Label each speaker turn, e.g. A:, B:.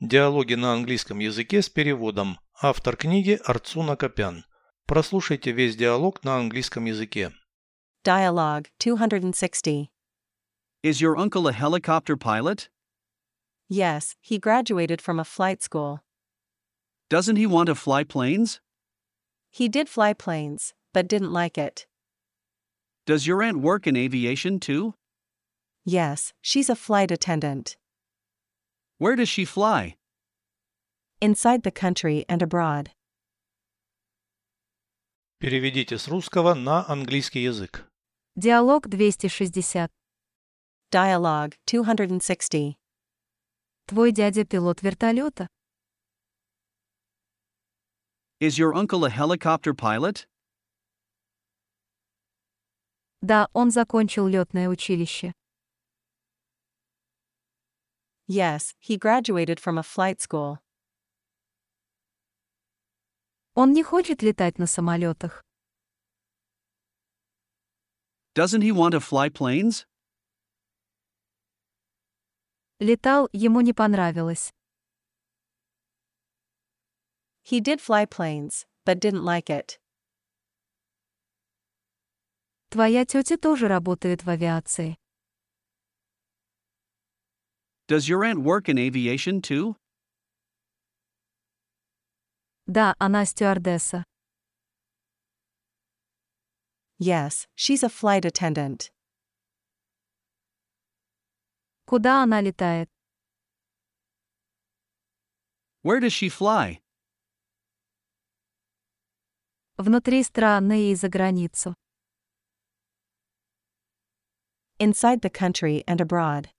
A: Диалоги на английском языке с переводом. Автор книги Арцуна Копян. Прослушайте весь диалог на английском языке.
B: Dialogue 260.
C: Is your uncle a helicopter pilot?
B: Yes, he graduated from a flight school.
C: Doesn't he want to fly planes?
B: He did fly planes, but didn't like it.
C: Does your aunt work in aviation too?
B: Yes, she's a flight attendant.
C: Where does she fly?
B: Inside the country and abroad.
A: Переведите с русского на английский язык.
D: Диалог 260.
B: Dialogue 260.
D: Твой дядя пилот вертолета.
C: Is your uncle a helicopter pilot?
D: Да, он закончил летное училище.
B: Yes, he graduated from a flight school.
D: Он не хочет летать на самолетах.
C: Doesn't he want to fly planes?
D: Летал, ему не понравилось.
B: He did fly planes, but didn't like it.
D: Твоя тетя тоже работает в авиации.
C: Does your aunt work in aviation too?
D: Да, она стюардесса.
B: Yes, she's a flight attendant.
D: Куда она летает?
C: Where does she fly?
D: Внутри страны и за границу.
B: Inside the country and abroad.